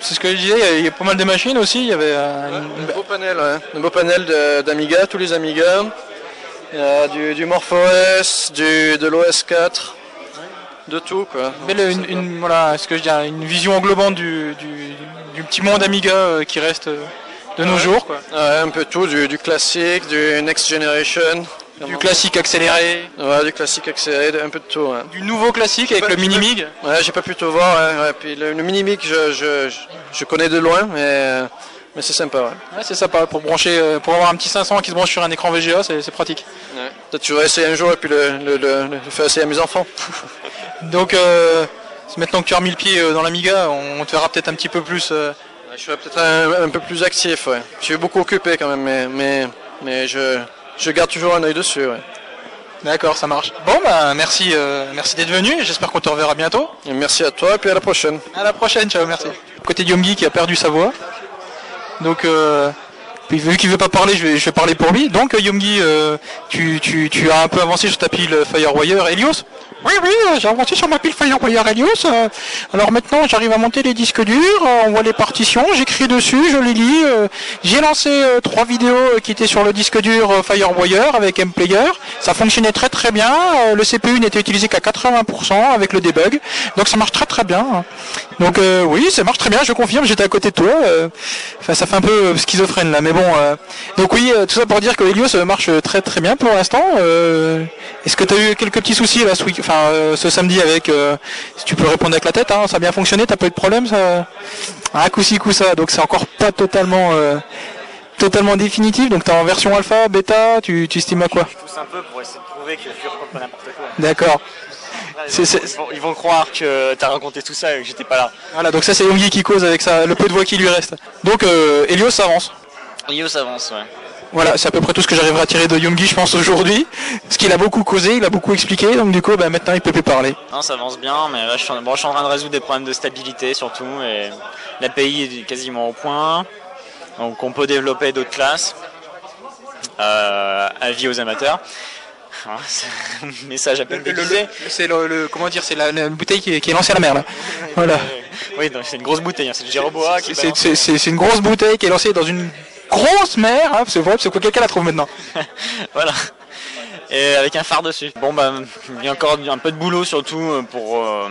Speaker 1: C'est ce que je disais, il y avait- il y a pas mal de machines aussi, il y avait euh, une-
Speaker 3: Un beau panel, ouais, un beau panel de- d'Amiga, tous les Amiga, euh, du, du MorphOS, du, de l'OS4, de tout quoi.
Speaker 1: une belle- une- une- voilà, ce que je dis, une vision englobante du, du- du petit monde Amiga euh, qui reste euh, de nos jours quoi.
Speaker 3: Ouais, un peu tout, du, du classique, du Next Generation,
Speaker 1: Du classique accéléré,
Speaker 3: ouais, du classique accéléré, un peu de tout. ouais.
Speaker 1: du nouveau classique avec
Speaker 3: Tu
Speaker 1: le
Speaker 3: peux- tu peux-
Speaker 1: mini-mig.
Speaker 3: Ouais, j'ai pas pu te voir. hein, ouais, ouais. Puis le, le Minimic, je, je, je- je connais de loin, mais, euh, mais c'est sympa. ouais.
Speaker 1: Ouais, c'est sympa pour brancher euh, pour avoir un petit 500 qui se branche sur un écran VGA, c'est c'est pratique.
Speaker 3: Peut-être tu vas essayer un jour et puis le, le, le- le faire essayer à mes enfants.
Speaker 1: Donc euh, maintenant que tu as remis le pied euh, dans l'Amiga, on, on te verra peut-être un petit peu plus euh,
Speaker 3: Je serai peut-être un, un peu plus actif. Ouais. Je suis beaucoup occupé quand même, mais, mais, mais je, je garde toujours un œil dessus. ouais.
Speaker 1: D'accord, ça marche. Bon bah merci euh, merci d'être venu, et j'espère qu'on te reverra bientôt.
Speaker 3: Et merci à toi et puis à la prochaine.
Speaker 1: À la prochaine, ciao, merci. Côté Yomgi qui a perdu sa voix. Donc, euh, puis vu qu'il veut pas parler, je vais, je vais parler pour lui. Donc, euh, Yomgi, euh, tu, tu, tu as un peu avancé sur ta pile Firewire Helios
Speaker 7: euh, Oui, oui, euh, j'ai avancé sur ma pile Firewire Helios. euh, Alors maintenant, j'arrive à monter les disques durs, euh, on voit les partitions, j'écris dessus, je les lis. euh, J'ai lancé euh, trois vidéos euh, qui étaient sur le disque dur euh, Firewire avec MPlayer. Ça fonctionnait très très bien. euh, Le CPU n'était utilisé qu'à 80% avec le debug. Donc ça marche très très bien. hein. Donc euh, oui, ça marche très bien, je confirme, j'étais à côté de toi. euh, Enfin, ça fait un peu euh, schizophrène là, mais bon. euh, Donc oui, euh, tout ça pour dire que Helios euh, marche très très bien pour l'instant. euh, Est-ce que tu as eu quelques petits soucis là ce, week- enfin, euh, ce samedi avec euh, Si tu peux répondre avec la tête, hein, ça a bien fonctionné, t'as pas eu de problème ça Ah, coup ci, coup ça, donc c'est encore pas totalement euh, totalement définitif. Donc t'es en version alpha, bêta, tu, tu estimes à quoi
Speaker 12: pousse un peu pour essayer de prouver que tu racontes pas n'importe quoi.
Speaker 7: D'accord. C'est- c'est-
Speaker 12: Ils, vont, ils vont croire que t'as raconté tout ça et que j'étais pas là.
Speaker 7: Voilà, donc ça c'est Yongi qui cause avec ça, le peu de voix qui lui reste. Donc euh, Helios avance.
Speaker 12: Yos avance, ouais.
Speaker 7: Voilà, c'est à peu près tout ce que j'arriverai à tirer de Yumgi, je pense, aujourd'hui. Parce qu'il a beaucoup causé, il a beaucoup expliqué, donc du coup, bah, maintenant, il peut plus parler.
Speaker 12: Non, ça avance bien, mais là, je suis, en, bon, je suis en train de résoudre des problèmes de stabilité surtout. Et l'API est quasiment au point. Donc, on peut développer d'autres classes. Euh, avis aux amateurs. Hein, c'est un Message à peine déguisé.
Speaker 1: C'est le, le- comment dire, c'est la, la bouteille qui est, qui est lancée à la mer là. Voilà.
Speaker 12: Oui, non, c'est une grosse bouteille, hein, c'est le
Speaker 3: Ah,
Speaker 12: Jéroboa
Speaker 3: bah,
Speaker 12: qui
Speaker 1: C'est- c'est-
Speaker 12: balance.
Speaker 1: C'est c'est- c'est une grosse bouteille qui est lancée dans une grosse mer. Hein, c'est vrai, c'est quoi quelqu'un la trouve maintenant.
Speaker 12: Voilà.
Speaker 3: et avec un phare dessus. Bon, bah, il y a encore un peu de boulot surtout pour, euh,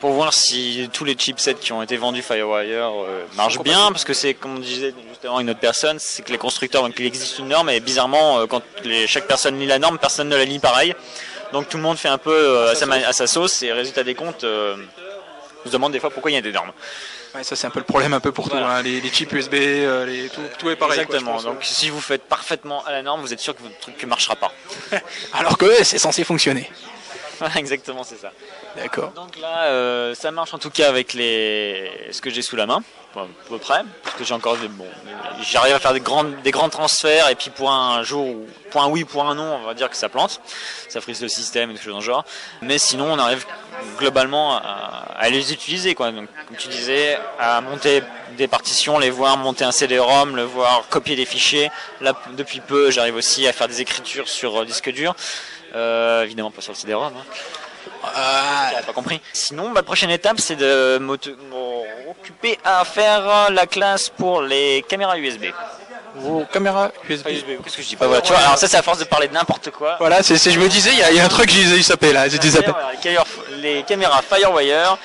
Speaker 3: pour voir si tous les chipsets qui ont été vendus Firewire euh, marchent bien, parce que c'est, comme on disait justement une autre personne, c'est que les constructeurs, donc il existe une norme, et bizarrement, euh, quand les- chaque personne lit la norme, personne ne la lit pareil. Donc tout le monde fait un peu euh, à, sa, ma- à sa sauce, et résultat des comptes, euh, on se demande des fois pourquoi il y a des normes.
Speaker 1: Ouais, ça c'est un peu le problème un peu pour tout. hein. Les, les chips USB, euh, les, tout, tout est pareil. quoi,
Speaker 3: Exactement.
Speaker 1: je pense.
Speaker 3: donc si vous faites parfaitement à la norme, vous êtes sûr que votre truc ne marchera pas.
Speaker 1: Alors que ouais, c'est censé fonctionner.
Speaker 3: Voilà, Exactement, c'est ça.
Speaker 1: D'accord.
Speaker 3: Donc là, euh, ça marche en tout cas avec les ce que j'ai sous la main, à peu près, parce que j'ai encore des- bon, j'arrive à faire des grands des grands transferts et puis pour un jour ou- pour un oui, pour un non, on va dire que ça plante, ça frise le système et des choses dans le genre. Mais sinon, on arrive globalement à, à les utiliser quoi. Donc comme tu disais, à monter des partitions, les voir monter un CD-ROM, le voir copier des fichiers. Là, p- depuis peu, j'arrive aussi à faire des écritures sur euh, disque dur. Euh, évidemment pas sur le CD-ROM. hein. J'avais Ah, pas compris. Sinon, bah, la prochaine étape, c'est de m'auto- m'occuper à faire euh, la classe pour les caméras USB.
Speaker 1: Vos caméras USB.
Speaker 3: Qu'est-ce que je dis pas voilà, tu vois, Alors ça, c'est à force de parler de n'importe quoi.
Speaker 1: Voilà, c'est, c'est- je me disais, il y, a- il y a un truc, je disais, il s'appelle là, c'était
Speaker 3: Voilà, les caméras- les caméras Firewire.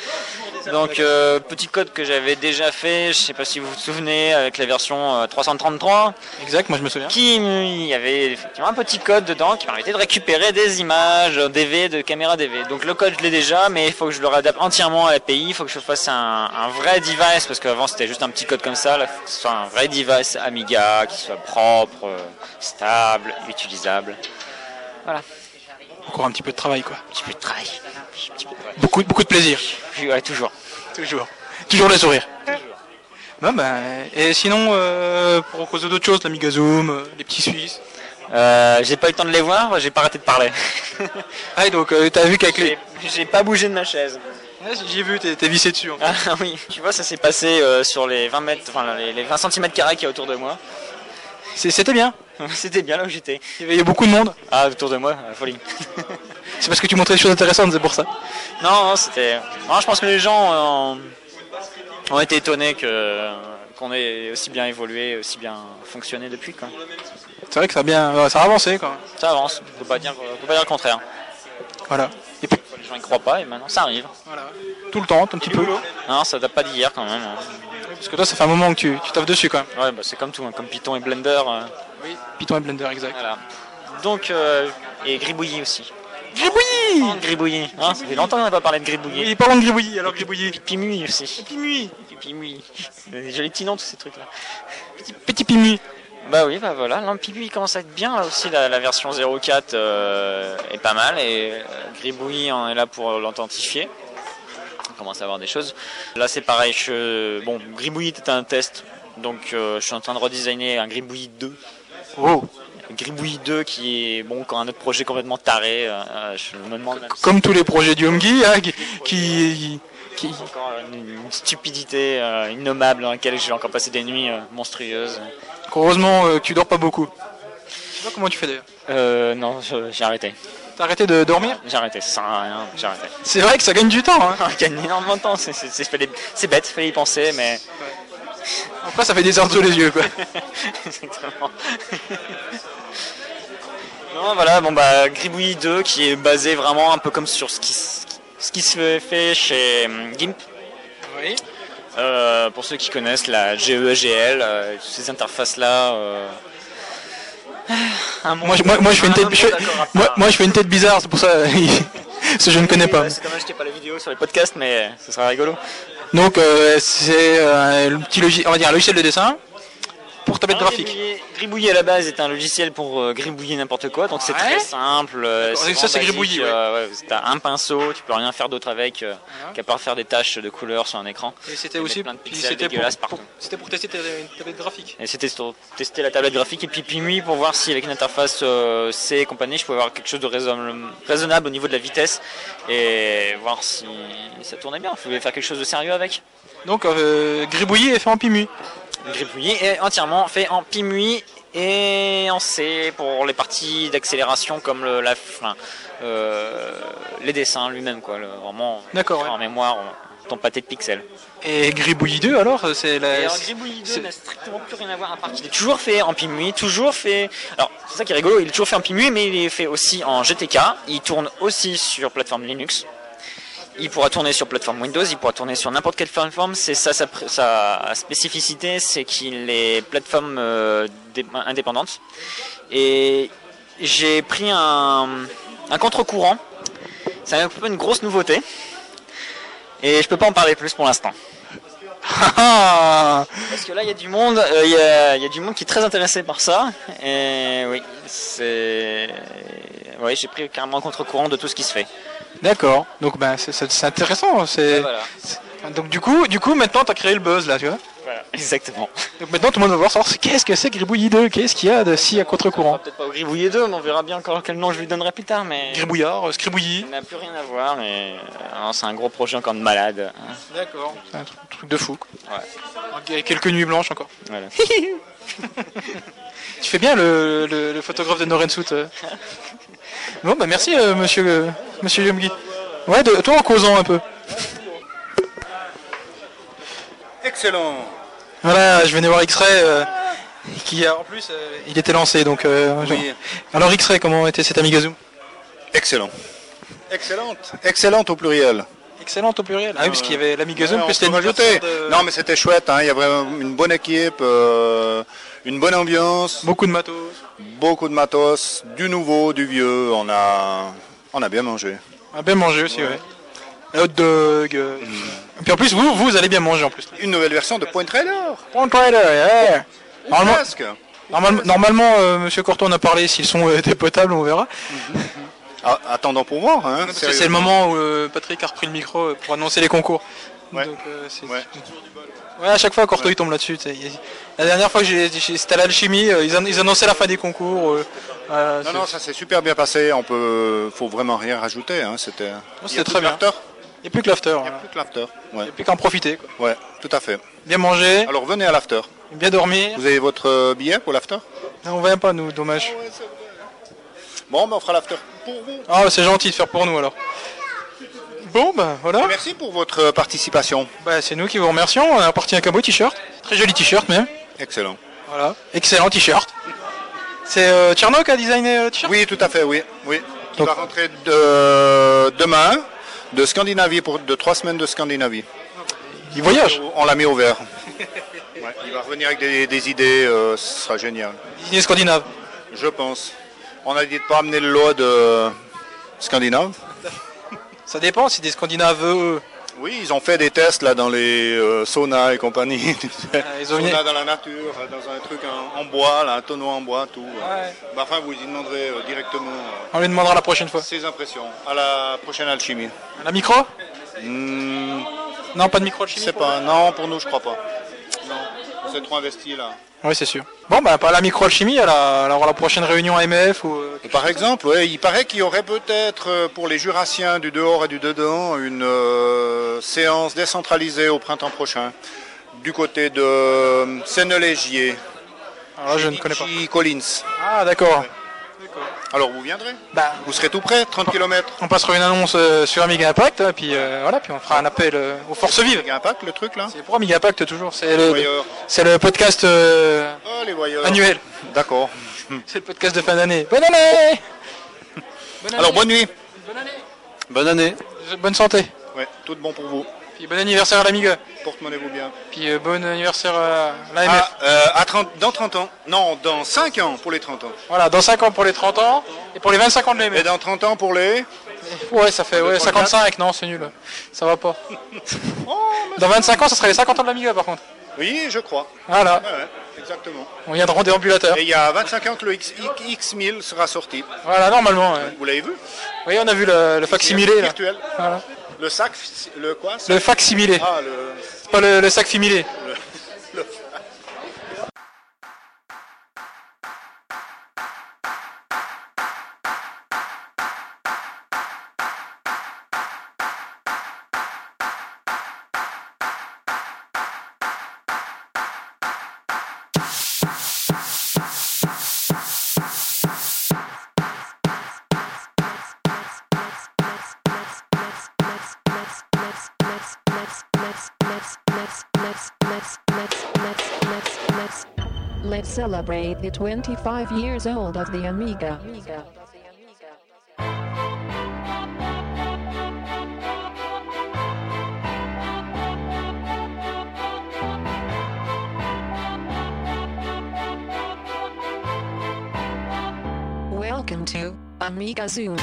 Speaker 3: Donc, euh, petit code que j'avais déjà fait, je sais pas si vous vous souvenez, avec la version euh, 333.
Speaker 1: Exact, moi je me souviens.
Speaker 3: Qui, euh, il y avait effectivement un petit code dedans qui permettait de récupérer des images DV de caméra DV. Donc, le code je l'ai déjà, mais il faut que je le réadapte entièrement à l'API, il faut que je fasse un, un vrai device, parce qu'avant c'était juste un petit code comme ça, là, faut que ce soit un vrai device Amiga, qui soit propre, euh, stable, utilisable. Voilà.
Speaker 1: Encore un petit peu de travail quoi.
Speaker 3: Un petit peu de travail. Un petit peu de travail.
Speaker 1: Beaucoup, beaucoup de plaisir.
Speaker 3: Ouais, toujours.
Speaker 1: Toujours. Toujours le sourire. Non, ben, et sinon, euh, pour cause d'autres choses, l'Amiga Zoom, euh, les petits Suisses.
Speaker 3: Euh, j'ai pas eu le temps de les voir, j'ai pas arrêté de parler.
Speaker 1: ah, et donc euh, t'as vu qu'avec les.
Speaker 3: J'ai- J'ai pas bougé de ma chaise.
Speaker 1: J'ai vu, t'es t'es vissé dessus. hein. en fait.
Speaker 3: Ah oui, tu vois, ça s'est passé euh, sur les 20 mètres, enfin les, les 20 cm carrés qu'il y a autour de moi.
Speaker 1: C'est- C'était bien.
Speaker 3: C'était bien là où j'étais.
Speaker 1: Il y avait beaucoup de monde.
Speaker 3: Ah, autour de moi, la folie.
Speaker 1: C'est parce que tu montrais des choses intéressantes, c'est pour ça.
Speaker 3: non, non, c'était. Non, je pense que les gens euh, ont... ont été étonnés que qu'on ait aussi bien évolué, aussi bien fonctionné depuis. Quoi.
Speaker 1: C'est vrai que ça a bien, ouais, ça a avancé quoi.
Speaker 3: Ça avance, on peut pas dire, on peut pas dire le contraire.
Speaker 1: Voilà.
Speaker 3: Les gens y croient pas et maintenant ça arrive.
Speaker 1: Tout le temps, un petit peu.
Speaker 3: Non, ça date pas d'hier quand même. hein.
Speaker 1: Parce que toi, ça fait un moment que tu, tu taffes dessus quand même.
Speaker 3: Ouais, bah, c'est comme tout, hein, comme Python et Blender. euh.
Speaker 1: Python et Blender, exact.
Speaker 3: Voilà. Donc, euh, et Gribouillis aussi. Gribouillis Gribouillis hein, Ça fait longtemps qu'on n'a pas parlé de Gribouillis.
Speaker 1: Oui, parlons de Gribouillis, alors Gribouillis.
Speaker 3: Pimui aussi. Pimui Pimui. J'ai les petits noms, tous ces trucs-là. Petit,
Speaker 1: Pimui
Speaker 3: Bah oui, bah voilà. Non, Pimui commence à être bien là aussi. La, la version 04 euh, est pas mal et euh, Gribouillis en est là pour l'authentifier. On commence à avoir des choses. Là, c'est pareil. Je... Bon, Gribouillis était un test. Donc, euh, je suis en train de redesigner un Gribouillis 2.
Speaker 1: Oh.
Speaker 3: Gribouille 2 qui est bon quand un autre projet complètement taré. euh, euh, je me demande même
Speaker 1: Comme tous les projets du HomeGui, hein, qui, qui-
Speaker 3: si c'est encore une, une stupidité euh, innommable dans laquelle j'ai encore passé des nuits euh, monstrueuses.
Speaker 1: heureusement euh, que tu dors pas beaucoup. Je sais pas comment tu fais d'ailleurs.
Speaker 3: Euh, non, je- j'ai arrêté.
Speaker 1: T'as arrêté de dormir
Speaker 3: J'ai arrêté, ça sert à rien, j'ai arrêté.
Speaker 1: C'est vrai que ça gagne du temps. Hein.
Speaker 3: Ça gagne énormément de temps, c'est- c'est c'est- fallait- c'est bête, fallait y penser, mais.
Speaker 1: Après, ça fait des heures sous les yeux quoi.
Speaker 3: Exactement. Non, voilà, bon bah Gribouille 2 qui est basé vraiment un peu comme sur ce qui, s- ce qui se fait- fait chez hum, GIMP.
Speaker 1: Oui.
Speaker 3: Euh, pour ceux qui connaissent la GEGL, euh, toutes ces interfaces-là. euh, un
Speaker 1: Moi, je-
Speaker 3: monde-
Speaker 1: moi, moi, je fais une
Speaker 3: un
Speaker 1: tête,
Speaker 3: monde
Speaker 1: je-
Speaker 3: d'accord à
Speaker 1: moi,
Speaker 3: part.
Speaker 1: moi, je fais une tête bizarre, c'est pour ça. Parce que je ne connais pas.
Speaker 3: Ouais, C'est dommage qu'il n'y ait pas la vidéo sur les podcasts, mais ce sera rigolo.
Speaker 1: Donc euh, c'est euh, le petit logi- on va dire un logiciel de dessin pour tablette
Speaker 3: Alors,
Speaker 1: graphique.
Speaker 3: Gribouiller, Gribouiller, à la base est un logiciel pour euh, gribouiller n'importe quoi, donc c'est
Speaker 1: Ouais.
Speaker 3: très simple. euh,
Speaker 1: D'accord,
Speaker 3: c'est
Speaker 1: ça, c'est
Speaker 3: vraiment basique,
Speaker 1: gribouiller, ouais.
Speaker 3: euh, ouais, T'as un pinceau, tu peux rien faire d'autre avec euh, qu'à part faire des taches de couleur sur un écran.
Speaker 1: Et c'était
Speaker 3: mettre
Speaker 1: aussi
Speaker 3: plein de
Speaker 1: puis
Speaker 3: pixels
Speaker 1: c'était pour,
Speaker 3: dégueulasses partout.
Speaker 1: pour- c'était pour tester ta- une tablette graphique.
Speaker 3: Et c'était pour tester la tablette graphique et puis Pimui pour voir si avec une interface euh, C et compagnie je pouvais avoir quelque chose de raisonn- raisonnable au niveau de la vitesse et voir si ça tournait bien. Je voulais faire quelque chose de sérieux avec.
Speaker 1: Donc euh, gribouillis est fait en pimu.
Speaker 3: Gripouillé est entièrement fait en Pimui et en C pour les parties d'accélération comme le, la, enfin, euh, les dessins lui-même quoi, le- vraiment
Speaker 1: D'accord,
Speaker 3: en mémoire. en-
Speaker 13: ton pâté de pixels.
Speaker 1: Et Gribouillis 2 alors c'est la...
Speaker 13: Et alors, Gribouillis 2 n'a strictement plus rien à voir à part qu'il est toujours fait en PIMUI, toujours fait. Alors, c'est ça qui est rigolo, il est toujours fait en PIMUI, mais il est fait aussi en GTK. Il tourne aussi sur plateforme Linux. Il pourra tourner sur plateforme Windows, il pourra tourner sur n'importe quelle plateforme. C'est ça sa, pr- sa spécificité, c'est qu'il est plateforme euh, dé- indépendante. Et j'ai pris un, un contre-courant. C'est un peu une grosse nouveauté. Et je peux pas en parler plus pour l'instant.
Speaker 1: Ah
Speaker 13: Parce que là, il y a du monde, euh, il y a- il y, a du monde qui est très intéressé par ça. Et oui, c'est, oui, j'ai pris carrément contre-courant de tout ce qui se fait.
Speaker 1: D'accord. Donc ben c'est- c'est c'est intéressant. C'est
Speaker 13: Et voilà.
Speaker 1: donc du coup du coup maintenant t'as créé le buzz là tu vois.
Speaker 13: Voilà, exactement.
Speaker 1: Donc maintenant tout le monde va voir savoir c'est- qu'est-ce que c'est Gribouillis 2, qu'est-ce qu'il y a de si à contre-courant.
Speaker 13: Peut-être pas au Gribouillé 2, mais on verra bien encore quel nom je lui donnerai plus tard. Mais
Speaker 1: Gribouillard, euh, Scribouillis.
Speaker 13: Ça n'a plus rien à voir, mais euh, non, c'est un gros projet encore de malade.
Speaker 1: D'accord. C'est Ah, un truc, truc de fou. quoi.
Speaker 13: Ouais.
Speaker 1: Ok, Quelques nuits blanches encore.
Speaker 13: Voilà.
Speaker 1: Tu fais bien le, le- le photographe de Norensut. euh. Bon bah merci euh, monsieur euh, monsieur Yomgi. Ouais de- toi en causant un peu.
Speaker 8: Excellent.
Speaker 1: Voilà, je venais voir X-Ray euh, qui a en plus euh, il était lancé donc euh,
Speaker 8: Oui.
Speaker 1: genre- Alors X-Ray comment était cet Amigazu
Speaker 8: Excellent. Excellente. Excellente au pluriel.
Speaker 1: Excellente au pluriel. Ah oui, parce qu'il y avait l'Amigazu
Speaker 8: Ouais,
Speaker 1: plus
Speaker 8: on peut
Speaker 1: c'était une
Speaker 8: rajouter.
Speaker 1: version de-
Speaker 8: Non, mais c'était chouette. hein. Il y a vraiment une bonne équipe, euh, une bonne ambiance.
Speaker 1: Beaucoup de matos.
Speaker 8: Beaucoup de matos, du nouveau, du vieux. On a, on a bien mangé.
Speaker 1: On a Ah, bien mangé aussi, ouais. Un Hot dog. euh.
Speaker 8: Mm.
Speaker 1: Et puis en plus, vous, vous allez bien manger en plus.
Speaker 8: Une nouvelle version de Point Trailer.
Speaker 1: Point Trailer, yeah. Normalement,
Speaker 8: Presque.
Speaker 1: normal- normalement euh, Monsieur Corton a parlé s'ils sont euh, dépotables, on verra.
Speaker 8: Ah, attendons pour voir. hein,
Speaker 1: Parce que
Speaker 8: sérieusement.
Speaker 1: c'est le moment où euh, Patrick a repris le micro euh, pour annoncer les concours.
Speaker 8: Ouais.
Speaker 1: Donc, euh, c'est-
Speaker 8: Ouais.
Speaker 1: Ouais, à chaque fois, Corto
Speaker 8: Ouais.
Speaker 1: il tombe là-dessus. tu sais. Il- La dernière fois que j'ai- j'ai- c'était à l'alchimie, euh, ils, an- ils annonçaient la fin des concours. euh, euh,
Speaker 8: Non,
Speaker 1: c'est-
Speaker 8: non, ça s'est super bien passé. On peut, faut vraiment rien rajouter. hein, C'était. Il y a
Speaker 1: c'était
Speaker 8: plus
Speaker 1: très bien.
Speaker 8: d'after.
Speaker 1: Il n'y a plus que l'after.
Speaker 8: Il n'y a plus que l'after. Ouais.
Speaker 1: plus qu'à en profiter. quoi.
Speaker 8: Ouais, tout à fait.
Speaker 1: Bien manger,
Speaker 8: Alors venez à l'after.
Speaker 1: bien dormir.
Speaker 8: Vous avez votre euh, billet pour l'after
Speaker 1: Non, on vient pas, nous, dommage.
Speaker 8: Bon, ben, on fera l'after pour vous.
Speaker 1: Ah, c'est gentil de faire pour nous alors. Bon, bah voilà.
Speaker 8: Merci pour votre euh, participation.
Speaker 1: Bah, c'est nous qui vous remercions. On a appartient à un beau t-shirt. Très joli t-shirt même.
Speaker 8: Excellent.
Speaker 1: Voilà. Excellent t-shirt. C'est euh, Tcherno qui a designé euh, le t-shirt
Speaker 8: Oui, tout à fait, oui. oui. Qui va rentrer de- demain de Scandinavie pour de trois semaines de Scandinavie.
Speaker 1: Il voyage.
Speaker 8: On l'a mis au vert. Ouais, il va revenir avec des, des idées, euh, ce sera génial.
Speaker 1: Idées scandinaves.
Speaker 8: Je pense. On a dit de pas amener le lot de Scandinave.
Speaker 1: Ça dépend si des Scandinaves. euh,
Speaker 8: Oui, ils ont fait des tests là dans les euh, saunas et compagnie.
Speaker 1: ils ont
Speaker 8: Sauna
Speaker 1: mis-
Speaker 8: dans la nature, euh, dans un truc en, en bois, là, un tonneau en bois, tout. euh. Bah, enfin, vous y demanderez euh, directement. euh,
Speaker 1: On lui demandera la prochaine fois.
Speaker 8: Ses impressions. À la prochaine alchimie.
Speaker 1: La micro
Speaker 8: Hmm,
Speaker 1: Non, pas de micro alchimie.
Speaker 8: Je sais pas. Non, pour nous, je crois pas. Non, on s'est trop investi là.
Speaker 1: Oui, c'est sûr. Bon, bah, pas la micro alchimie, à la, alors à la prochaine réunion AMF ou. euh,
Speaker 8: Par exemple, ouais, il paraît qu'il y aurait peut-être euh, pour les jurassiens du dehors et du dedans une euh, séance décentralisée au printemps prochain du côté de euh, Sénélégier.
Speaker 1: Alors je ne connais
Speaker 8: pas. Collins.
Speaker 1: Ah, d'accord.
Speaker 8: Alors vous viendrez
Speaker 1: Bah,
Speaker 8: Vous serez tout prêt 30 km
Speaker 1: on passera une annonce euh, sur Amiga Impact, hein, puis euh, voilà, puis on fera un appel euh, aux forces vives.
Speaker 8: Impact, le truc là
Speaker 1: Pour Amiga Impact, toujours. C'est le,
Speaker 8: Voyeur.
Speaker 1: c'est le podcast euh,
Speaker 8: Oh les voyeurs
Speaker 1: annuel.
Speaker 8: D'accord.
Speaker 1: C'est le podcast de fin d'année. Bonne année
Speaker 8: Alors bonne nuit
Speaker 3: Bonne année.
Speaker 1: Euh, Bonne santé.
Speaker 8: Ouais, tout de bon pour vous.
Speaker 1: Puis bon anniversaire à l'Amiga.
Speaker 8: Porte-monnaie-vous bien.
Speaker 1: Puis euh, bon anniversaire à l'AMF.
Speaker 8: Ah, euh, à 30 dans 30 ans Non, dans 5 ans pour les 30 ans.
Speaker 1: Voilà, dans 5 ans pour les 30 ans et pour les 25 ans de l'AMF.
Speaker 8: Et dans 30 ans pour les
Speaker 1: Ouais, ça fait ouais, 55, non, c'est nul. Ça va pas. dans 25 ans, ça serait les 50 ans de l'Amiga par contre.
Speaker 8: Oui, je crois.
Speaker 1: Voilà.
Speaker 8: Ouais, ouais, exactement.
Speaker 1: On viendra en déambulateur.
Speaker 8: Et il y a 25 ans que le X, X, 1000 sera sorti.
Speaker 1: Voilà, normalement. ouais.
Speaker 8: Vous l'avez vu
Speaker 1: Oui, on a vu le, le facsimilé là.
Speaker 8: Virtuel.
Speaker 1: Voilà.
Speaker 8: Le sac, le quoi
Speaker 1: Le facsimilé.
Speaker 8: Ah, le...
Speaker 1: C'est Pas le, le sac similé.
Speaker 8: le- le-
Speaker 14: Let's, let's, let's, let's, let's, let's, let's, let's, let's, let's, celebrate the 25 years old of the Amiga. Welcome to Amiga Zoom.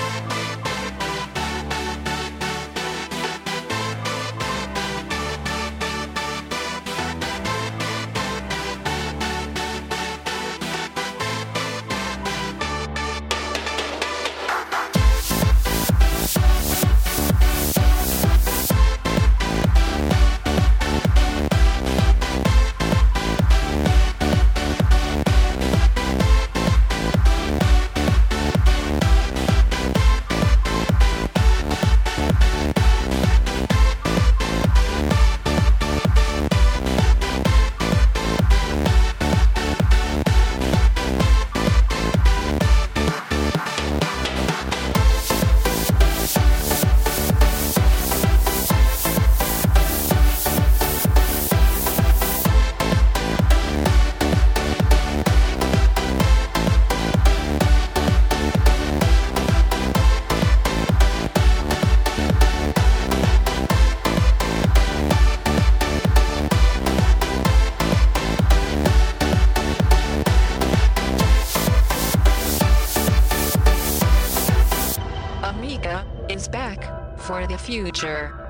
Speaker 14: Amiga is back for the future.